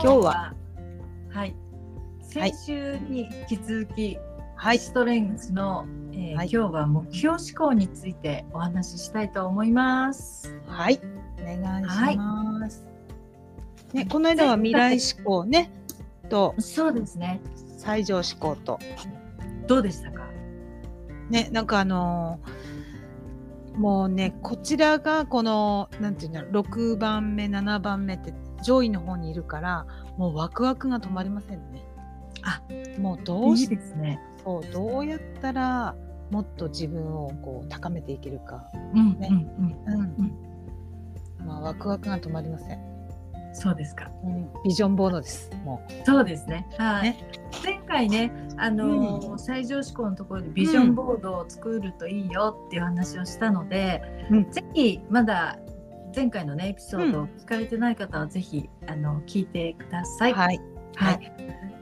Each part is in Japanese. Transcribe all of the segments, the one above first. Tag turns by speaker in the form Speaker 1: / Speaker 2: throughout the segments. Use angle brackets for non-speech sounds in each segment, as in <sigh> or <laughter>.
Speaker 1: 今
Speaker 2: 日は
Speaker 1: はい
Speaker 2: はい
Speaker 1: 先週に引き続き、
Speaker 2: はい、
Speaker 1: ストレングスの、えー
Speaker 2: はい
Speaker 1: 今日は目標思考についてお話ししたいと思います。
Speaker 2: はい、お願いします。ね、この間は未来志向ね、と
Speaker 1: そうですね。
Speaker 2: 最上志向と、
Speaker 1: どうでしたか？
Speaker 2: ね、なんかあのーもうね、こちらがこの、なんていうんだろう、六番目、七番目って上位の方にいるから、もうワクワクが止まりませんね。
Speaker 1: あ、
Speaker 2: もうどう
Speaker 1: い
Speaker 2: し
Speaker 1: いですね。
Speaker 2: そう、どうやったらもっと自分をこう高めていけるか。
Speaker 1: うん
Speaker 2: ね
Speaker 1: うん
Speaker 2: うん、
Speaker 1: ん
Speaker 2: まあワクワクが止まりません。
Speaker 1: うん。そうですか。
Speaker 2: うん、ビジョンボードです。もう。
Speaker 1: そうですね。はい。
Speaker 2: ね
Speaker 1: 前回ね、あのー最上志向のところでビジョンボードを作るといいよっていう話をしたので、
Speaker 2: うん
Speaker 1: ぜひまだ前回のねエピソードを聞かれてない方はぜひ、あの聞いてください。はい。
Speaker 2: はい。はい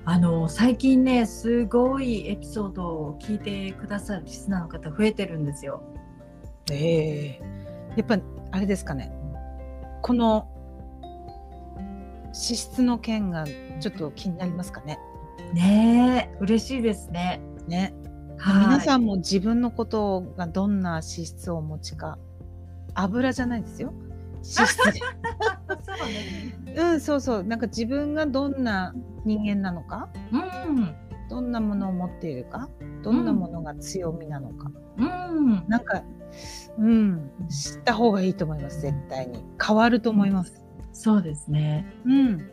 Speaker 1: あのー最近ねすごいエピソードを聞いてくださるリスナーの方増えてるんですよ。
Speaker 2: ええやっぱあれですかねこの資質の件がちょっと気になりますかね。
Speaker 1: ねえ嬉しいですね。
Speaker 2: ね、
Speaker 1: はい
Speaker 2: 皆さんも自分のことがどんな資質をお持ちか油じゃないですよ資質
Speaker 1: <laughs> そうね。
Speaker 2: うんそうそうなんか自分がどんな人間なのか
Speaker 1: うん
Speaker 2: どんなものを持っているかどんなものが強みなのか、
Speaker 1: うん。
Speaker 2: なんかうん知った方がいいと思います絶対に変わると思います。
Speaker 1: そうですね。
Speaker 2: うん、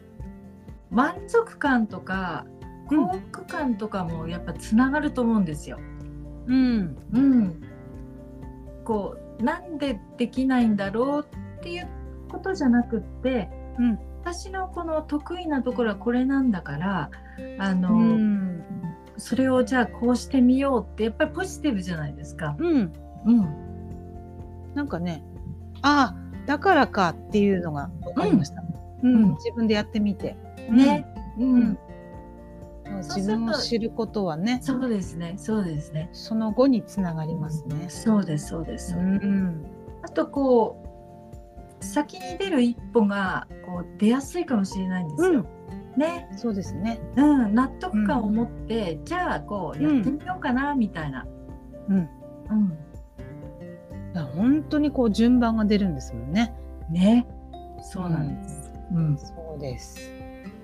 Speaker 1: 満足感とか
Speaker 2: うん
Speaker 1: 幸福感とかもやっぱつながると思うんですよ。
Speaker 2: うん
Speaker 1: うん、こうなんでできないんだろうっていうことじゃなくって、
Speaker 2: うん
Speaker 1: 私のこの得意なところはこれなんだからあの、
Speaker 2: うん
Speaker 1: それをじゃあこうしてみようってやっぱりポジティブじゃないですか。
Speaker 2: うん、
Speaker 1: うん、
Speaker 2: なんかね、ああ、だからかっていうのが分かりました。うん、
Speaker 1: うん
Speaker 2: 自分でやってみて。
Speaker 1: ね、うん
Speaker 2: うんうん、
Speaker 1: そうすると
Speaker 2: 自分を知ることはね、
Speaker 1: そうですねそうですね。
Speaker 2: その後につながりますね。
Speaker 1: そうですそうです。
Speaker 2: うん、
Speaker 1: あとこう先に出る一歩がこう出やすいかもしれないんですよ。ね、
Speaker 2: そうですね。
Speaker 1: うん、納得感を持って、じゃあこうやってみようかなみたいな。
Speaker 2: うん、
Speaker 1: うん、
Speaker 2: だから本当にこう順番が出るんですもんね。
Speaker 1: ね、そうなんです。うん、
Speaker 2: そうです。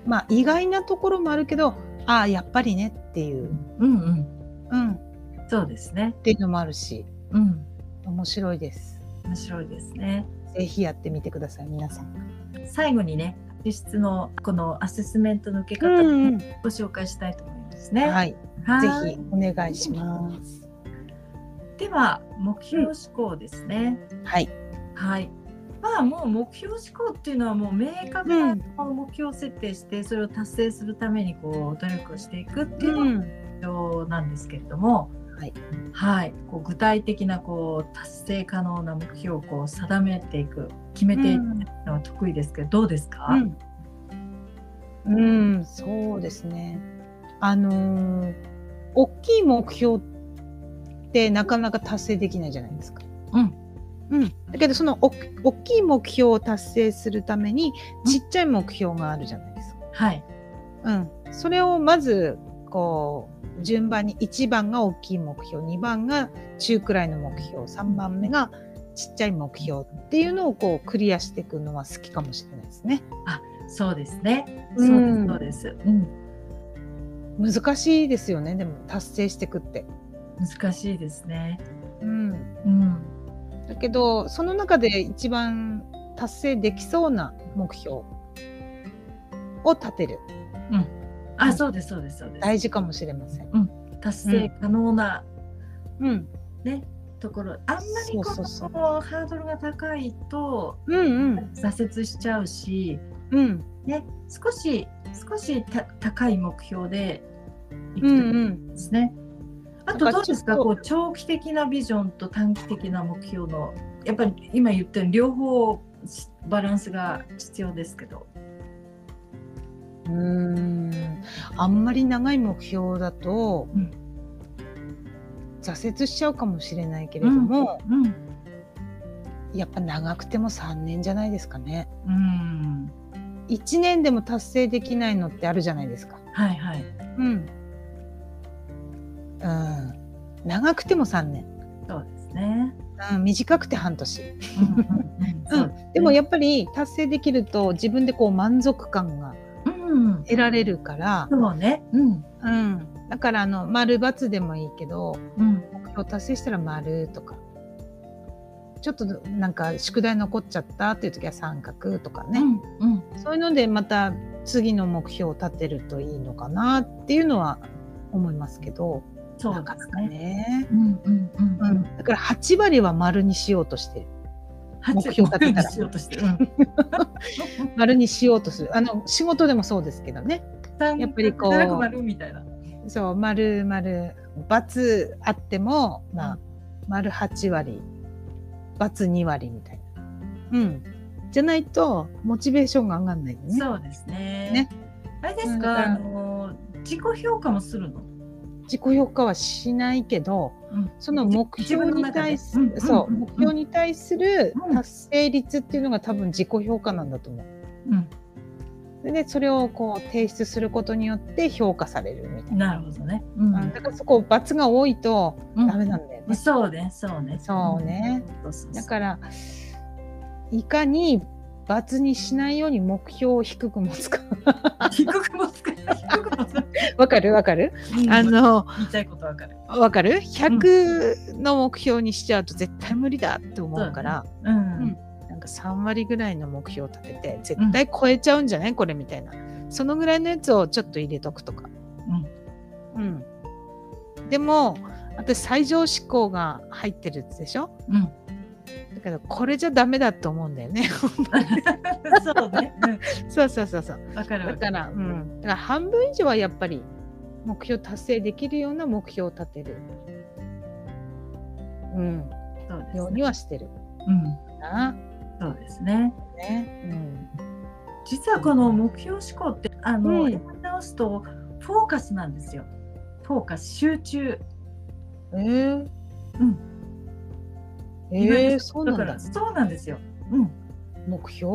Speaker 2: まあ意外なところもあるけど、ああやっぱりねっていう、
Speaker 1: うん、うん、
Speaker 2: うん、っ
Speaker 1: そうですね。
Speaker 2: ていうのもあるし、
Speaker 1: うん、
Speaker 2: 面白いです。
Speaker 1: 面白いですね。
Speaker 2: ぜひやってみてください皆さん。
Speaker 1: 最後にね、実質のこのアセスメントの受け方
Speaker 2: うんうん
Speaker 1: ご紹介したいと思いますね。
Speaker 2: はい、
Speaker 1: は
Speaker 2: ぜ
Speaker 1: い
Speaker 2: ひお願いします。
Speaker 1: では目標思考ですね。
Speaker 2: はい。
Speaker 1: はい。まあもう目標思考っていうのはもう明確
Speaker 2: う
Speaker 1: なん目標を設定してそれを達成するためにこう努力をしていくっていうのが
Speaker 2: ん。
Speaker 1: 目標なんですけれども、
Speaker 2: はい
Speaker 1: はいこう具体的なこう達成可能な目標をこう定めていく決めていくのは得意ですけど、どうですか、
Speaker 2: うん、うん、そうですね。あのー大きい目標ってなかなか達成できないじゃないですか。
Speaker 1: うん。
Speaker 2: うん、だけどそのお大きい目標を達成するために
Speaker 1: うん
Speaker 2: ちっちゃい目標があるじゃないですか。
Speaker 1: はい
Speaker 2: うん、それをまずこう順番に1番が大きい目標2番が中くらいの目標3番目がちっちゃい目標っていうのをこうクリアしていくのは好きかもしれないですね。
Speaker 1: そうですね、
Speaker 2: うん
Speaker 1: そうですそうです、うん、
Speaker 2: 難しいですよねでも達成してくって、
Speaker 1: 難しいですね、
Speaker 2: うん、
Speaker 1: うん、
Speaker 2: だけどその中で一番達成できそうな目標を立てるう
Speaker 1: あ
Speaker 2: ん
Speaker 1: そうですそうですそうです
Speaker 2: 大事かもしれません、
Speaker 1: 達成可能な、
Speaker 2: うん、
Speaker 1: ところあんまりこの
Speaker 2: そうそう
Speaker 1: ハードルが高いと
Speaker 2: うんうん
Speaker 1: 挫折しちゃうし、
Speaker 2: うん
Speaker 1: ね、少し少した高い目標でいく
Speaker 2: うんう
Speaker 1: といい
Speaker 2: ん
Speaker 1: ですね。あと
Speaker 2: なんか
Speaker 1: どうです
Speaker 2: ちょ
Speaker 1: か
Speaker 2: っと
Speaker 1: こう長期的なビジョンと短期的な目標のやっぱり今言ったように両方バランスが必要ですけど。
Speaker 2: うーんあんまり長い目標だと、
Speaker 1: うん
Speaker 2: 挫折しちゃうかもしれないけれども、
Speaker 1: うん
Speaker 2: やっぱ長くても3年じゃないですかね。
Speaker 1: うん
Speaker 2: 1年でも達成できないのってあるじゃないですか。
Speaker 1: はいはい。
Speaker 2: うん。うん、長くても3年、
Speaker 1: そうですね。
Speaker 2: うん、短くて半年。
Speaker 1: うん
Speaker 2: う
Speaker 1: うんんうん
Speaker 2: でもやっぱり達成できると自分でこう満足感が
Speaker 1: うん。
Speaker 2: 得られるから、
Speaker 1: そうね。うん。
Speaker 2: うん、だからあの丸×でもいいけど
Speaker 1: うん。
Speaker 2: 目標達成したら丸とかちょっとなんか宿題残っちゃったっていう時は三角とか
Speaker 1: う
Speaker 2: ね、
Speaker 1: ん。うん。
Speaker 2: そういうのでまた次の目標を立てるといいのかなっていうのは思いますけど
Speaker 1: そ
Speaker 2: な
Speaker 1: う
Speaker 2: か
Speaker 1: で
Speaker 2: な
Speaker 1: す
Speaker 2: か
Speaker 1: ね。
Speaker 2: ね、
Speaker 1: うんうんうん
Speaker 2: う、
Speaker 1: うんん。
Speaker 2: だから8割は丸にしようとしてる目標立てたら
Speaker 1: しようとしてる。う
Speaker 2: <laughs>
Speaker 1: ん
Speaker 2: 丸にしようとするあの仕事でもそうですけどねやっぱりこう
Speaker 1: 働く丸みたいな。
Speaker 2: そう、丸丸、×あっても、ま
Speaker 1: う
Speaker 2: あ、丸8割、×二割みたいな。うん。じゃないと、モチベーションが上がんないよね。
Speaker 1: そうですね。
Speaker 2: ね
Speaker 1: あれで
Speaker 2: う
Speaker 1: す
Speaker 2: んだ
Speaker 1: か、
Speaker 2: から
Speaker 1: あの自己評価もするの。
Speaker 2: 自己評価はしないけど、
Speaker 1: うん
Speaker 2: その目標に対す
Speaker 1: 自分の中で
Speaker 2: る、そう、
Speaker 1: うんうんうん
Speaker 2: 目標に対する
Speaker 1: うん
Speaker 2: 達成率っていうのが多分自己評価なんだと思う。それで、それをこう提出することによって評価されるみた
Speaker 1: う
Speaker 2: い
Speaker 1: ん、
Speaker 2: な。
Speaker 1: なるほどね。うん
Speaker 2: うんだからそこ、×が多いと
Speaker 1: うん
Speaker 2: ダメなんだよね。
Speaker 1: そうね、そうね。
Speaker 2: そうね
Speaker 1: うん。そうそうそ
Speaker 2: だ
Speaker 1: う
Speaker 2: からいかに罰にしないように目標を低く持つか
Speaker 1: 低くもつかない。低くもつかない。
Speaker 2: わかるわかる、
Speaker 1: うん
Speaker 2: あの
Speaker 1: 言いたいことわかる。
Speaker 2: わかる100の目標にしちゃうと絶対無理だって思うから
Speaker 1: う
Speaker 2: うん
Speaker 1: ん。
Speaker 2: なんか3割ぐらいの目標を立てて絶対超えちゃうんじゃないこれみたいなそのぐらいのやつをちょっと入れとくとか、うんでも私最上志向が入ってるでしょ
Speaker 1: うん。 <laughs>
Speaker 2: だけどこれじゃダメだと思うんだよね <laughs>
Speaker 1: そうね。
Speaker 2: そうそうそうそう
Speaker 1: うんわかるわか
Speaker 2: だか
Speaker 1: る。
Speaker 2: ら、うん、だから半分以上はやっぱり目標達成できるような目標を立てる、うん、
Speaker 1: そうです
Speaker 2: よう
Speaker 1: ね。
Speaker 2: にはしてる
Speaker 1: うん。
Speaker 2: かな。
Speaker 1: そうですね。
Speaker 2: ね、うん、
Speaker 1: 実はこの目標思考ってあの、
Speaker 2: うん
Speaker 1: やり直すとフォーカスなんですよ。フォーカス集中。
Speaker 2: えー、
Speaker 1: うん。
Speaker 2: えー、そうな
Speaker 1: だ
Speaker 2: ん
Speaker 1: か
Speaker 2: だ。
Speaker 1: らそうなんですよ。うん。
Speaker 2: 目標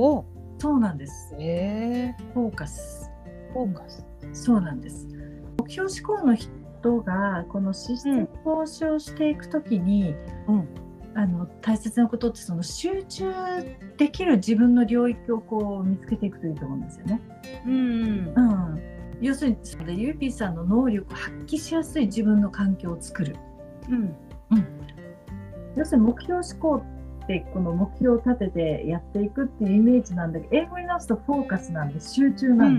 Speaker 1: そうなんです。
Speaker 2: え
Speaker 1: フォーカス。
Speaker 2: ー、フォーカス。
Speaker 1: そうなんです。目標志向の人がこの資質に交渉していくときに、
Speaker 2: うん
Speaker 1: あの大切なことってその集中できる自分の領域をこう見つけていくといいと思うんですよね。
Speaker 2: うん
Speaker 1: う、ん、要するにそれゆうぴーさんの能力を発揮しやすい自分の環境を作る。
Speaker 2: うん、
Speaker 1: 要するに目標志向ってこの目標を立ててやっていくっていうイメージなんだけど英語に直すとフォーカスなんで集中
Speaker 2: う
Speaker 1: なん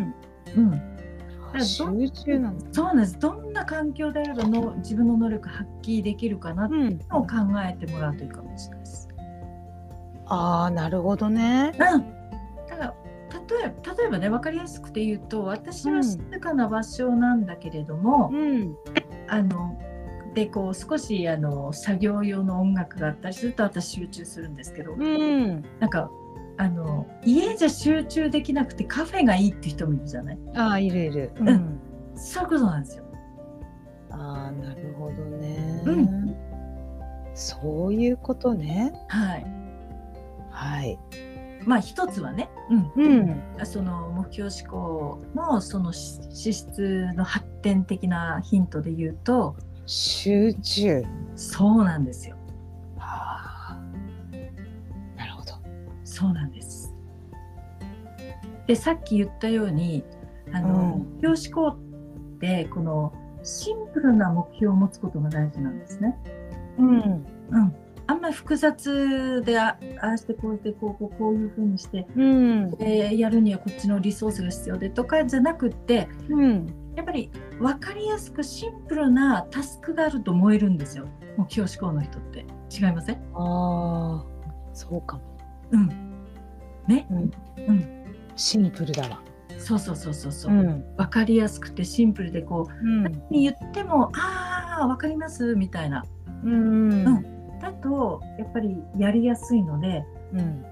Speaker 1: で
Speaker 2: ん、
Speaker 1: す。うん
Speaker 2: あ集中なんだ。
Speaker 1: そうなんです。どんな環境であればの自分の能力発揮できるかなってい
Speaker 2: うん、
Speaker 1: うのを考えてもらうといいかもしれないです。
Speaker 2: ああ、なるほどね。
Speaker 1: うん。だから例えば例えばね分かりやすくて言うと私
Speaker 2: うん
Speaker 1: は静かな場所なんだけれども、
Speaker 2: うん、
Speaker 1: あのでこう少しあの作業用の音楽があったりすると私集中するんですけど、
Speaker 2: うん、
Speaker 1: なんかあの家じゃ集中できなくてカフェがいいって人もいるじゃない
Speaker 2: ああ、いるいる。う、
Speaker 1: うんそういうことなんですよ。
Speaker 2: ああ、なるほどね。
Speaker 1: う
Speaker 2: そういうことね。
Speaker 1: はい。
Speaker 2: はい。
Speaker 1: まあ一つはね。うん。
Speaker 2: うん。
Speaker 1: その目標志向のそのし資質の発展的なヒントで言うと
Speaker 2: 集中。
Speaker 1: そうなんですよ
Speaker 2: はあ。なるほど。
Speaker 1: そうなんですでさっき言ったようにあの、
Speaker 2: うん
Speaker 1: 目標志向ってこのシンプルな目標を持つことが大事なんですね
Speaker 2: うん。
Speaker 1: うんあんまり複雑であああしてこうしてこうこうこういうふうにして、
Speaker 2: うん。
Speaker 1: えーやるにはこっちのリソースが必要でとかじゃなくって
Speaker 2: うん。
Speaker 1: やっぱり分かりやすくシンプルなタスクがあると燃えるんですよ目標志向の人って違いません
Speaker 2: ああ。そうかも。
Speaker 1: うん
Speaker 2: シンプルだわ。
Speaker 1: そうそうそうそうそう、
Speaker 2: ん。
Speaker 1: 分かりやすくてシンプルでこう
Speaker 2: うん。
Speaker 1: 言っても「ああ分かります」みたいな
Speaker 2: うん。
Speaker 1: だとやっぱりやりやすいので
Speaker 2: うん。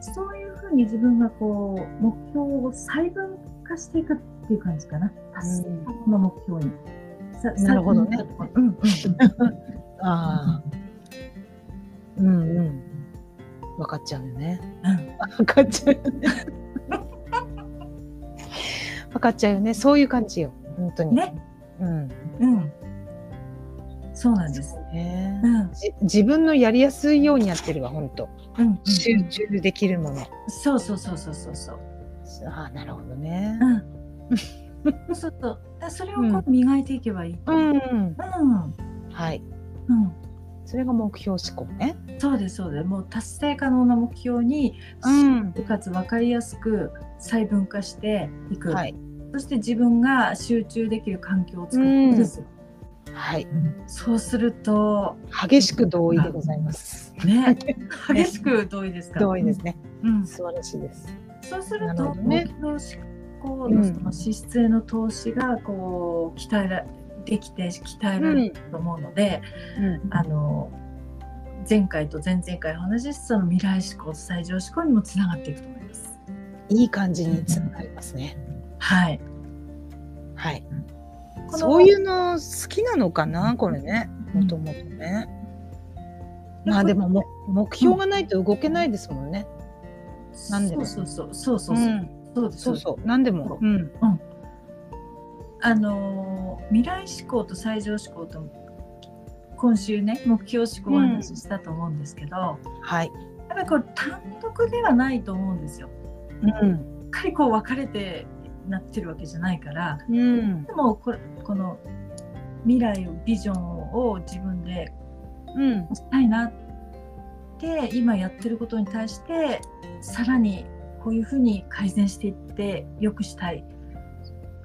Speaker 1: そういうふうに自分がこう目標を細分化していくっていう感じかな達成可能な目標に、さ
Speaker 2: なるほどね
Speaker 1: 細分化うん
Speaker 2: <laughs>
Speaker 1: うん
Speaker 2: ああ。うん。うん。分かっちゃうよね。
Speaker 1: うん
Speaker 2: 分かっちゃうよね。分かっちゃうよねそういう感じよ本当に
Speaker 1: ね
Speaker 2: うん
Speaker 1: うん。そうなんです。
Speaker 2: ね
Speaker 1: うん。うん。
Speaker 2: じ自分のやりやすいようにやってるわ本当
Speaker 1: うん。
Speaker 2: 集中できるもの、
Speaker 1: そうそうそうそうそうそう。
Speaker 2: ああなるほどね
Speaker 1: うん。そうそう。だそれをこう磨いていけばいい。
Speaker 2: う。ん、うん
Speaker 1: うん。
Speaker 2: はい
Speaker 1: うん。
Speaker 2: それが目標思考ね
Speaker 1: そうですそうです。もう達成可能な目標に、
Speaker 2: うん
Speaker 1: かつ分かりやすく細分化していく。
Speaker 2: はい
Speaker 1: そして自分が集中できる環境を作
Speaker 2: う
Speaker 1: る
Speaker 2: ん
Speaker 1: んですよ。
Speaker 2: はい
Speaker 1: そうすると
Speaker 2: 激しく同意でございます <laughs>
Speaker 1: ね、激しく同意ですから。
Speaker 2: 同意ですね
Speaker 1: うん。
Speaker 2: 素晴らしいです
Speaker 1: そうす
Speaker 2: な
Speaker 1: る
Speaker 2: る
Speaker 1: と
Speaker 2: ほどね
Speaker 1: 目標思考のその資質への投資がこう鍛えらできて鍛えられると思うので、
Speaker 2: うん
Speaker 1: あの前回と前々回お話ししたその未来思考と最上思考にもつながっていくと思います。
Speaker 2: いい感じにつながりますね
Speaker 1: はい。
Speaker 2: はい
Speaker 1: この
Speaker 2: そういうの好きなのかなこれねもともとねまあでもも目標がないと動けないですもんねなんでも
Speaker 1: そうそうそうそうそう
Speaker 2: う
Speaker 1: そう、
Speaker 2: ん
Speaker 1: そうです
Speaker 2: そうそう何でもうん
Speaker 1: あのー未来思考と最上思考と今週ね目標思考をお話ししたと思うんですけど、やっ
Speaker 2: はい
Speaker 1: ぱりこれ単独ではないと思うんですよ。
Speaker 2: うん
Speaker 1: しっかりこう分かれてなってるわけじゃないから
Speaker 2: うん
Speaker 1: でもこれこの未来をビジョンを自分で
Speaker 2: うん
Speaker 1: したいなって今やってることに対してさらにこういうふうに改善していって良くしたい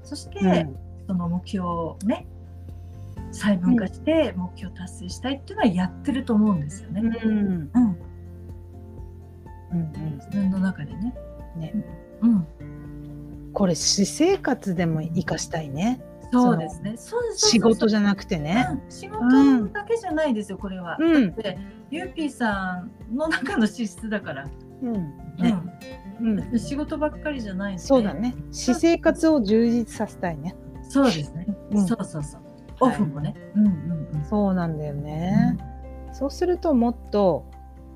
Speaker 1: そして、その目標をね細分化して目標達成したいっていうのはやってると思うんですよね、
Speaker 2: うん
Speaker 1: うん、
Speaker 2: うん
Speaker 1: 自分の中でね
Speaker 2: ね
Speaker 1: うん、
Speaker 2: これ私生活でも生かしたいね
Speaker 1: そうですねそうです
Speaker 2: 仕事じゃなくてね
Speaker 1: うん仕事だけじゃないですよこれは、
Speaker 2: うん
Speaker 1: でゆうぴーさんの中の資質だから、
Speaker 2: うんねうん
Speaker 1: うん、仕事ばっかりじゃないんで
Speaker 2: そうだね私生活を充実させたいね
Speaker 1: そうですね、
Speaker 2: うん
Speaker 1: そうそうそうオ
Speaker 2: はい
Speaker 1: フもね、うんうんうん
Speaker 2: そうなんだよねそうするともっと、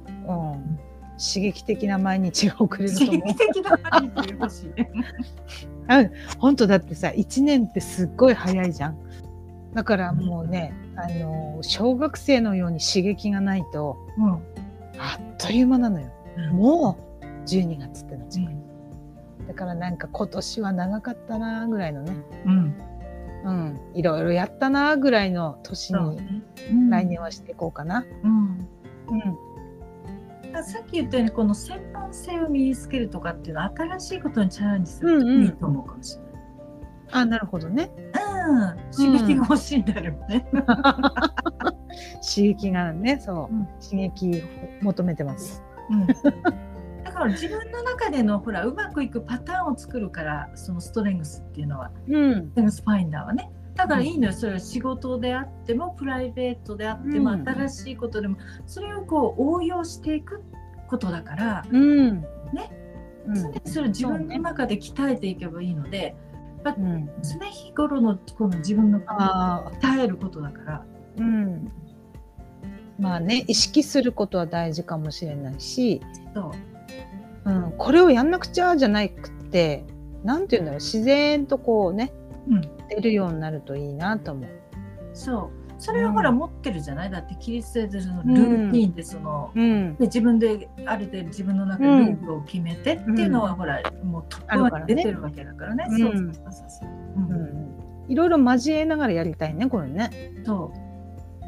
Speaker 2: うん、刺激的な毎日が送れると
Speaker 1: 刺
Speaker 2: 思う
Speaker 1: 激。的だなっていう欲しいね
Speaker 2: 本当だってさ1年ってすっごい早いじゃん。だからもうね、あの小学生のように刺激がないと
Speaker 1: うん
Speaker 2: あっという間なのよ。
Speaker 1: うん
Speaker 2: もう12月ってなっ
Speaker 1: う
Speaker 2: ちゃ
Speaker 1: ん
Speaker 2: う。だからなんか今年は長かったなぐらいのね、
Speaker 1: うん
Speaker 2: うん、いろいろやったなぐらいの年
Speaker 1: そう
Speaker 2: に
Speaker 1: ねうん
Speaker 2: 来年はしていこうかな。
Speaker 1: うん
Speaker 2: うん、
Speaker 1: さっき言ったようにこの専門性を身につけるとかっていうのは新しいことにチャレンジすると
Speaker 2: うんうん
Speaker 1: いいと思うかもしれない。
Speaker 2: あなるほどね。
Speaker 1: うん、刺激が欲しいんだろうね。
Speaker 2: 刺激がねそう、
Speaker 1: うん
Speaker 2: 刺激を求めてます。
Speaker 1: うんだから自分の中でのほらうまくいくパターンを作るからそのストレングスっていうのは
Speaker 2: うん
Speaker 1: ストレングスファインダーはねだからいいのよそれは仕事であってもプライベートであっても
Speaker 2: うん
Speaker 1: 新しいことでもそれをこう応用していくことだから
Speaker 2: うん。
Speaker 1: ね。
Speaker 2: うん
Speaker 1: 常にそれを自分の中で鍛えていけばいいので
Speaker 2: うん。
Speaker 1: 常日頃のこの自分の
Speaker 2: ああ、
Speaker 1: 鍛えることだから。
Speaker 2: うん。まあね、意識することは大事かもしれないし、
Speaker 1: そう
Speaker 2: うん、これをやんなくちゃじゃなくって、なんていうんだろう、自然とこうね、
Speaker 1: うん、
Speaker 2: 出るようになるといいなと思う。
Speaker 1: そうそれはほら持ってるじゃない、だってキリストでのルーティンでその、
Speaker 2: うん。
Speaker 1: で自分である程度自分の中でルールを決めてっていうのは、ほらもうトップ
Speaker 2: あるか
Speaker 1: ま
Speaker 2: ら
Speaker 1: で
Speaker 2: ね
Speaker 1: 出てるわけだからね。
Speaker 2: うん
Speaker 1: そうそうそうそう
Speaker 2: う
Speaker 1: うん
Speaker 2: ん。いろいろ交えながらやりたいね、これね。
Speaker 1: そ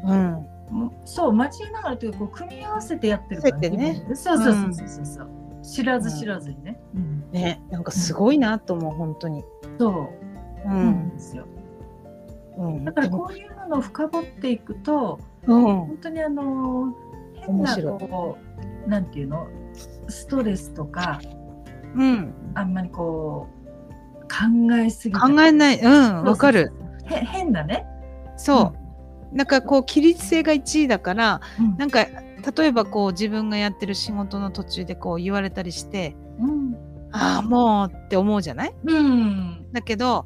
Speaker 2: うん。
Speaker 1: うもそう交えながらというかこう組み合わせてやってるから
Speaker 2: そうやってね
Speaker 1: 今そうそうそうそうそうそう、知らず知らずにね、うん
Speaker 2: ね、なんかすごいなと思う、本当に。
Speaker 1: そう
Speaker 2: う
Speaker 1: そうなん
Speaker 2: ん。
Speaker 1: ですよ
Speaker 2: うん。
Speaker 1: だからこういうのを深掘っていくと
Speaker 2: うん。
Speaker 1: 本当にあの変
Speaker 2: 面
Speaker 1: な
Speaker 2: 白い
Speaker 1: こうなんていうのストレスとか
Speaker 2: うん。
Speaker 1: あんまりこう考えすぎたり
Speaker 2: 考えない。うん。わかる。
Speaker 1: へ変なね、
Speaker 2: そう。なんかこう、規律性が1位だから、
Speaker 1: うん
Speaker 2: なんか例えばこう自分がやってる仕事の途中でこう言われたりして
Speaker 1: うん
Speaker 2: ああもうって思うじゃない
Speaker 1: うん
Speaker 2: だけど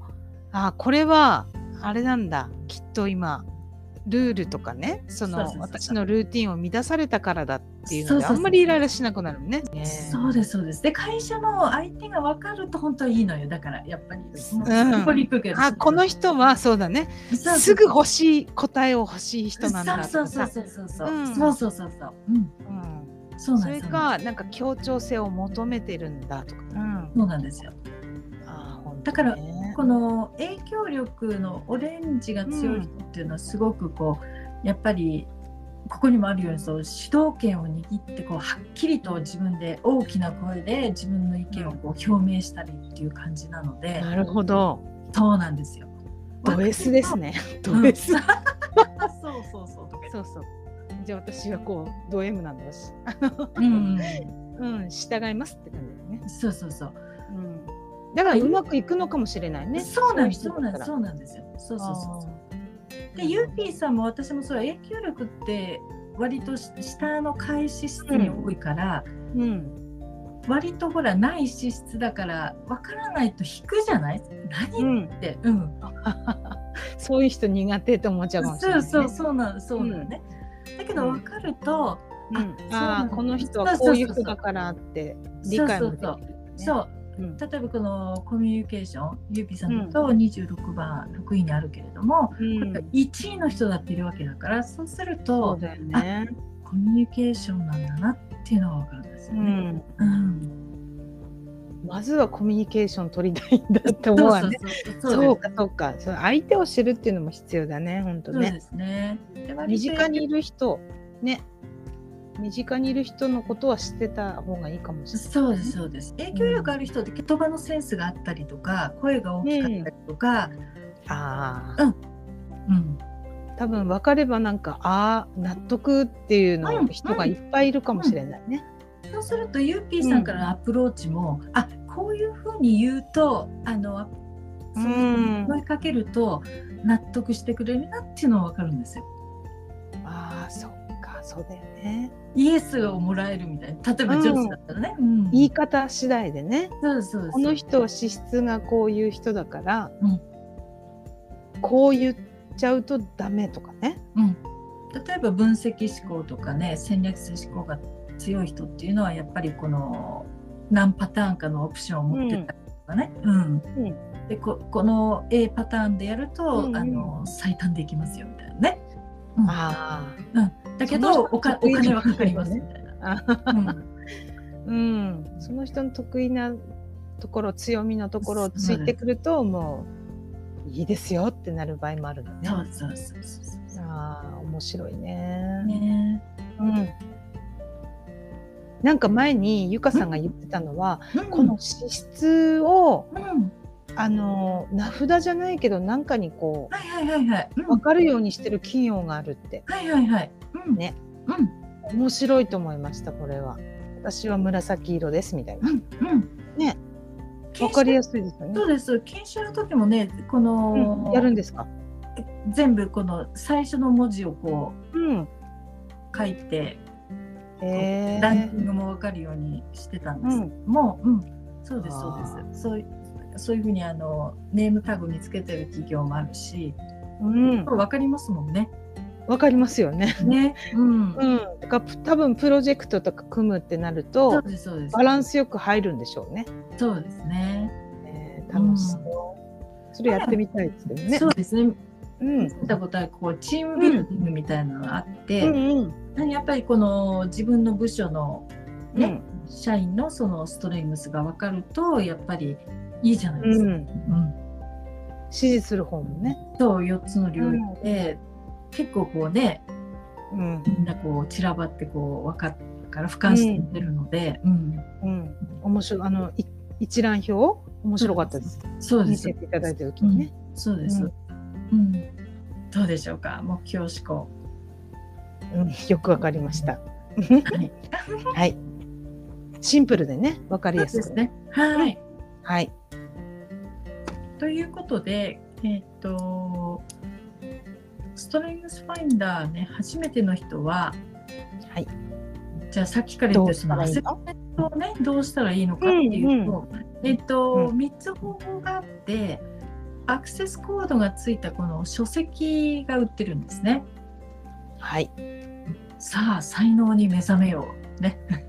Speaker 2: ああこれはあれなんだきっと今ルールとかね
Speaker 1: そ
Speaker 2: そ
Speaker 1: う
Speaker 2: の
Speaker 1: そうそう
Speaker 2: 私のルーティンを乱されたからだっていう
Speaker 1: そ
Speaker 2: の
Speaker 1: う
Speaker 2: で
Speaker 1: そうそ
Speaker 2: あ
Speaker 1: うん
Speaker 2: まりイライラしなくなるもんね。
Speaker 1: そうですそうですで会社の相手が分かると本当にいいのよだからやっぱり、
Speaker 2: ん
Speaker 1: こに行くけど
Speaker 2: あこの人はそうだねすぐ欲しい答えを欲しい人なんだとか
Speaker 1: そうそう
Speaker 2: さ
Speaker 1: そうそうそう、
Speaker 2: うん
Speaker 1: そうそうそうそううん
Speaker 2: うん
Speaker 1: そうな
Speaker 2: そ
Speaker 1: んで
Speaker 2: れ
Speaker 1: すよ
Speaker 2: かなんか協調性を求めてるんだとか、うん
Speaker 1: そうなんですよ
Speaker 2: あー
Speaker 1: だから
Speaker 2: 本当ね
Speaker 1: この影響力のオレンジが強い人っていうのはすごくこうやっぱりここにもあるようにそう主導権を握ってこうはっきりと自分で大きな声で自分の意見をこう表明したりっていう感じなので
Speaker 2: なるほど
Speaker 1: そうなんですよ。
Speaker 2: ド S ですね
Speaker 1: う
Speaker 2: ド
Speaker 1: ん <laughs>
Speaker 2: S
Speaker 1: そうそうそうとか
Speaker 2: そうそうじゃあ私はこうド M なんだし
Speaker 1: うん、
Speaker 2: うん従いますって感じだよね、
Speaker 1: そうそうそう。
Speaker 2: うん、だからうまくいくのかもしれないね
Speaker 1: そうなんです。
Speaker 2: そ
Speaker 1: そうう
Speaker 2: い
Speaker 1: な
Speaker 2: う
Speaker 1: です。
Speaker 2: ん人だから
Speaker 1: そうなんですよ。そうそうそうそう。
Speaker 2: あー
Speaker 1: でユーピーさんも私もそれ影響力って割とし下の開始質に多いから、
Speaker 2: うん
Speaker 1: 割とほらない資質だからわからないと引くじゃない
Speaker 2: う
Speaker 1: 何
Speaker 2: ん
Speaker 1: って、うん
Speaker 2: そういう人苦手って思っちゃうかもしれな
Speaker 1: そ
Speaker 2: いう
Speaker 1: そ
Speaker 2: ね
Speaker 1: うそうなのそうなのね、だけどわかると、
Speaker 2: うん
Speaker 1: そう
Speaker 2: あ
Speaker 1: な
Speaker 2: あ
Speaker 1: ん
Speaker 2: この人はこういう人だ
Speaker 1: そ
Speaker 2: からって理解もできる
Speaker 1: そうう
Speaker 2: うん
Speaker 1: 例えばこのコミュニケーションユーピーさんだと26番6位にあるけれども、
Speaker 2: うん
Speaker 1: 1位の人だっているわけだからそうする
Speaker 2: そう
Speaker 1: と
Speaker 2: だよね
Speaker 1: コミュニケーションなんだなっていうのがわかるんですよ
Speaker 2: う
Speaker 1: ね。
Speaker 2: ん
Speaker 1: うん
Speaker 2: まずはコミュニケーション取りたいんだって思うわね
Speaker 1: そうそうそう
Speaker 2: そうかそうかそう相手を知るっていうのも必要だね本当
Speaker 1: そう
Speaker 2: ね
Speaker 1: ですね。で
Speaker 2: 身
Speaker 1: 割と
Speaker 2: 近にいる人ね身近にいる人のことは知ってた方がいいかもしれない
Speaker 1: そうですそうです。影響力ある人って言葉のセンスがあったりとか、声が大きかったりとか、
Speaker 2: あ
Speaker 1: う
Speaker 2: あ
Speaker 1: んうん、
Speaker 2: 多分分かればなんかああ納得っていうの人がいっぱいいるかもしれないね
Speaker 1: そうするとゆうぴーさんからのアプローチも、あこういうふうに言うとあのその人
Speaker 2: うん
Speaker 1: に声かけると納得してくれるなっていうのはわかるんですよ。
Speaker 2: ああそっかそうだよね
Speaker 1: イエスをもらえるみたいな例えば女子だったらね、うん
Speaker 2: 言い方次第でね
Speaker 1: そうですそうです
Speaker 2: この人は資質がこういう人だから、
Speaker 1: うん
Speaker 2: こう言っちゃうとダメとかね
Speaker 1: 例えば分析思考とかね戦略性思考が強い人っていうのはやっぱりこの何パターンかのオプションを持ってたりとかね、うんでここの A パターンでやると、
Speaker 2: うんうん
Speaker 1: あの最短できますよみたいなね、うん
Speaker 2: あ
Speaker 1: だけ
Speaker 2: そ
Speaker 1: ど
Speaker 2: の人
Speaker 1: おか
Speaker 2: 得
Speaker 1: お
Speaker 2: 意な
Speaker 1: 金はかかりますみたいな。
Speaker 2: あ <laughs>
Speaker 1: うん
Speaker 2: うんその人の得意なところ強みのところをついてくるともういいですよってなる場合もあるんだね。
Speaker 1: そうそうそうそうそ
Speaker 2: あー面白いね
Speaker 1: う。ね
Speaker 2: うんなんか前にゆかさんが言ってたのは、
Speaker 1: うん
Speaker 2: この資質を
Speaker 1: うん、
Speaker 2: あの名札じゃないけどなんかにこ
Speaker 1: はいはいはいはい、う、
Speaker 2: うん分かるようにしてる企業があるって
Speaker 1: はいはいはい、うん、
Speaker 2: ね、
Speaker 1: うん
Speaker 2: 面白いと思いましたこれは私は紫色ですみたいな
Speaker 1: うんうん
Speaker 2: ね
Speaker 1: 研
Speaker 2: 分
Speaker 1: 修
Speaker 2: かりやすいですよね
Speaker 1: そうです研修の時もねこの、
Speaker 2: やるんですか
Speaker 1: 全部この最初の文字をこ
Speaker 2: うん
Speaker 1: う書いて、
Speaker 2: え
Speaker 1: ランキングも分かるようにしてたんですけども、うんそうですそう
Speaker 2: あ
Speaker 1: ですそういそういうふうにあのネームタグにつけてる企業もあるし、
Speaker 2: うん
Speaker 1: 分かりますもんね。
Speaker 2: 分かりますよね
Speaker 1: ね、うん、
Speaker 2: うんだから多分プロジェクトとか組むってなる
Speaker 1: そ
Speaker 2: と
Speaker 1: うですそうです
Speaker 2: バランスよく入るんでしょうね
Speaker 1: そうですね。
Speaker 2: ね楽しそうそれやってみたいですけどね
Speaker 1: そうですね。
Speaker 2: うん
Speaker 1: 見たことはこうチームビルディングみたいなのがあって、
Speaker 2: うんうん
Speaker 1: やっぱりこの自分の部署の
Speaker 2: う
Speaker 1: ね、
Speaker 2: ん
Speaker 1: 社員のそのストレングスが分かるとやっぱりいいじゃないです
Speaker 2: う
Speaker 1: か。
Speaker 2: ん
Speaker 1: うん
Speaker 2: 支持する方もね
Speaker 1: と4つの領域で、結構こうね
Speaker 2: うん
Speaker 1: みんなこう散らばってこう分かっから俯瞰してってるので、うん
Speaker 2: うん面白いあのい一覧表面白かったです
Speaker 1: そうで
Speaker 2: 見
Speaker 1: す
Speaker 2: せていただいた時にね、
Speaker 1: そうです、
Speaker 2: う
Speaker 1: うんんどうでしょうか目標思考、
Speaker 2: うん、よくわかりました。
Speaker 1: はい、
Speaker 2: はい。シンプルでね、わかり
Speaker 1: そう
Speaker 2: やす
Speaker 1: で
Speaker 2: く。
Speaker 1: すねはい、
Speaker 2: はい。
Speaker 1: ということでえっ、とストレングスファインダーね初めての人は
Speaker 2: はい。
Speaker 1: じゃあさっきから言っ
Speaker 2: どう
Speaker 1: た
Speaker 2: し
Speaker 1: そ
Speaker 2: た
Speaker 1: の
Speaker 2: らい
Speaker 1: 焦りをね
Speaker 2: いの？
Speaker 1: どうしたらいいのかっていうと、えっ、と、
Speaker 2: う
Speaker 1: 3つ方法があってアクセスコードがついたこの書籍が売ってるんですね。
Speaker 2: はい。
Speaker 1: さあ才能に目覚めよう。ね、 <laughs>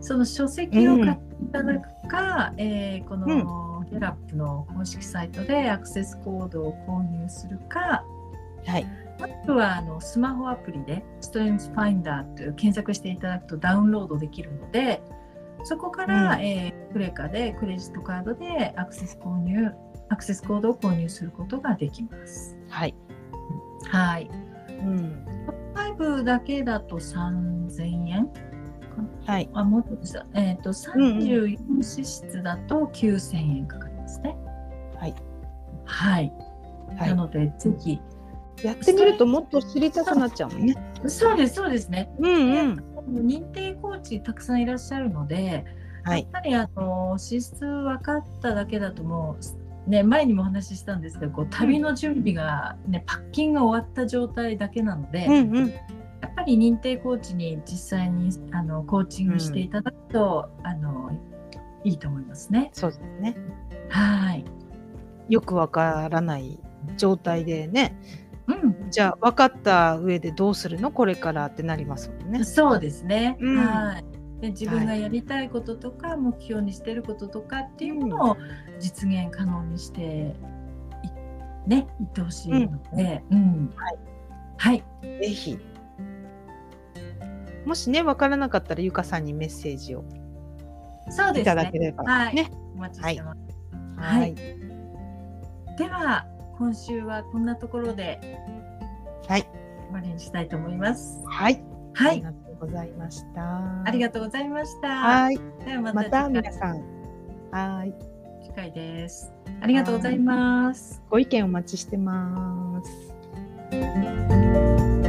Speaker 1: その書籍を買っていただくか、えーこのギャラップの公式サイトでアクセスコードを購入するか、
Speaker 2: はい。
Speaker 1: あとはあのスマホアプリで Strength Finder という検索していただくとダウンロードできるので、そこから、
Speaker 2: うん
Speaker 1: えークレカでクレジットカードでアクセス購入アクセスコードを購入することができます。
Speaker 2: はい。
Speaker 1: はい。
Speaker 2: うん。
Speaker 1: 5だけだと3000円
Speaker 2: はい。
Speaker 1: あもうちょっとしたえっ、と34支出だと9000円かかりますね。
Speaker 2: はい。
Speaker 1: はい。
Speaker 2: は。
Speaker 1: ないのでぜひ
Speaker 2: やってみるともっと知りたくなっちゃうもんね。
Speaker 1: そうですそうですね。
Speaker 2: うん
Speaker 1: うん。認定コーチたくさんいらっしゃるので、
Speaker 2: は
Speaker 1: や
Speaker 2: い
Speaker 1: っ。ぱりあの支出分かっただけだともうね前にもお話ししたんですけど、こう旅の準備がね、パッキングが終わった状態だけなので、
Speaker 2: うんうん。
Speaker 1: やっぱり認定コーチに実際にあのコーチングしていただくと、あのいいと思いますね。
Speaker 2: そうですね。
Speaker 1: はい。
Speaker 2: よくわからない状態でね。
Speaker 1: う
Speaker 2: じゃあ分かった上でどうするのこれからってなりますもんね
Speaker 1: ん、。そうですね。
Speaker 2: うん
Speaker 1: はい。で自分がやりたいこととか、目標にしてることとかっていうものを実現可能にしていねいってほしいので、うん、はい。はい。
Speaker 2: ぜひ。もしね分からなかったらゆかさんにメッセージを
Speaker 1: そう
Speaker 2: い
Speaker 1: です
Speaker 2: ただ
Speaker 1: ね
Speaker 2: け。れば。
Speaker 1: はい
Speaker 2: ね。
Speaker 1: お待ちしてます。はい
Speaker 2: はい。
Speaker 1: では今週はこんなところで
Speaker 2: はい。
Speaker 1: 終わりにしたいと思います。
Speaker 2: はい。
Speaker 1: は
Speaker 2: あり
Speaker 1: い。
Speaker 2: がとうございました。
Speaker 1: ありが
Speaker 2: と
Speaker 1: とうございました。
Speaker 2: はい。
Speaker 1: ではま
Speaker 2: ま
Speaker 1: た
Speaker 2: た
Speaker 1: 次
Speaker 2: 皆
Speaker 1: 回
Speaker 2: さん。はい。
Speaker 1: 次回です。ありがとうございます。
Speaker 2: ご意見お待ちしてます。